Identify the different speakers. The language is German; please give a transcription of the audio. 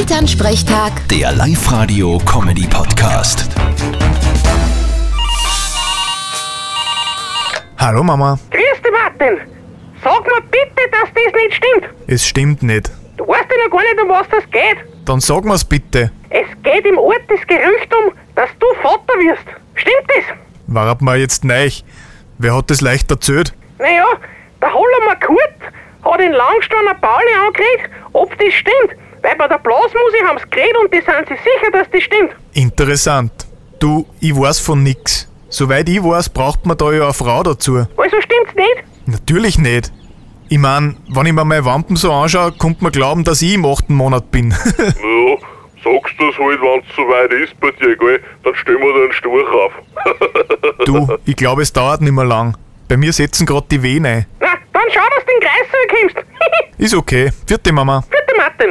Speaker 1: Elternsprechtag,
Speaker 2: Der Live-Radio-Comedy-Podcast.
Speaker 3: Hallo Mama,
Speaker 4: Grüß dich, Martin. Sag mir bitte, dass das nicht stimmt.
Speaker 3: es stimmt nicht.
Speaker 4: Du weißt ja noch gar nicht, um was das geht.
Speaker 3: Dann sag mir's bitte.
Speaker 4: Es geht im Ort das Gerücht um, dass du Vater wirst. Stimmt das?
Speaker 3: Warab mal jetzt neich. Wer hat das leicht erzählt?
Speaker 4: Naja, der Hollermann Kurt hat in Langsteiner Pauli angeredet, ob das stimmt. Weil bei der Blasmusik haben sie geredet und die sind sich sicher, dass das stimmt.
Speaker 3: Interessant. Du, ich weiß von nix. Soweit ich weiß, braucht man da ja eine Frau dazu.
Speaker 4: Also stimmt's nicht?
Speaker 3: Natürlich nicht. Ich mein, wenn ich mir meine Wampen so anschaue, kommt man glauben, dass ich im achten Monat bin.
Speaker 5: Naja, sagst du es halt, wenn es soweit ist bei dir, gell? Dann stellen wir den Storch auf.
Speaker 3: du, ich glaube, es dauert nimmer lang. Bei mir setzen grad die Wehen ein.
Speaker 4: Na, dann schau, dass du in den Kreis zurückkommst.
Speaker 3: Ist okay. Vierte Mama.
Speaker 4: Bitte, Martin.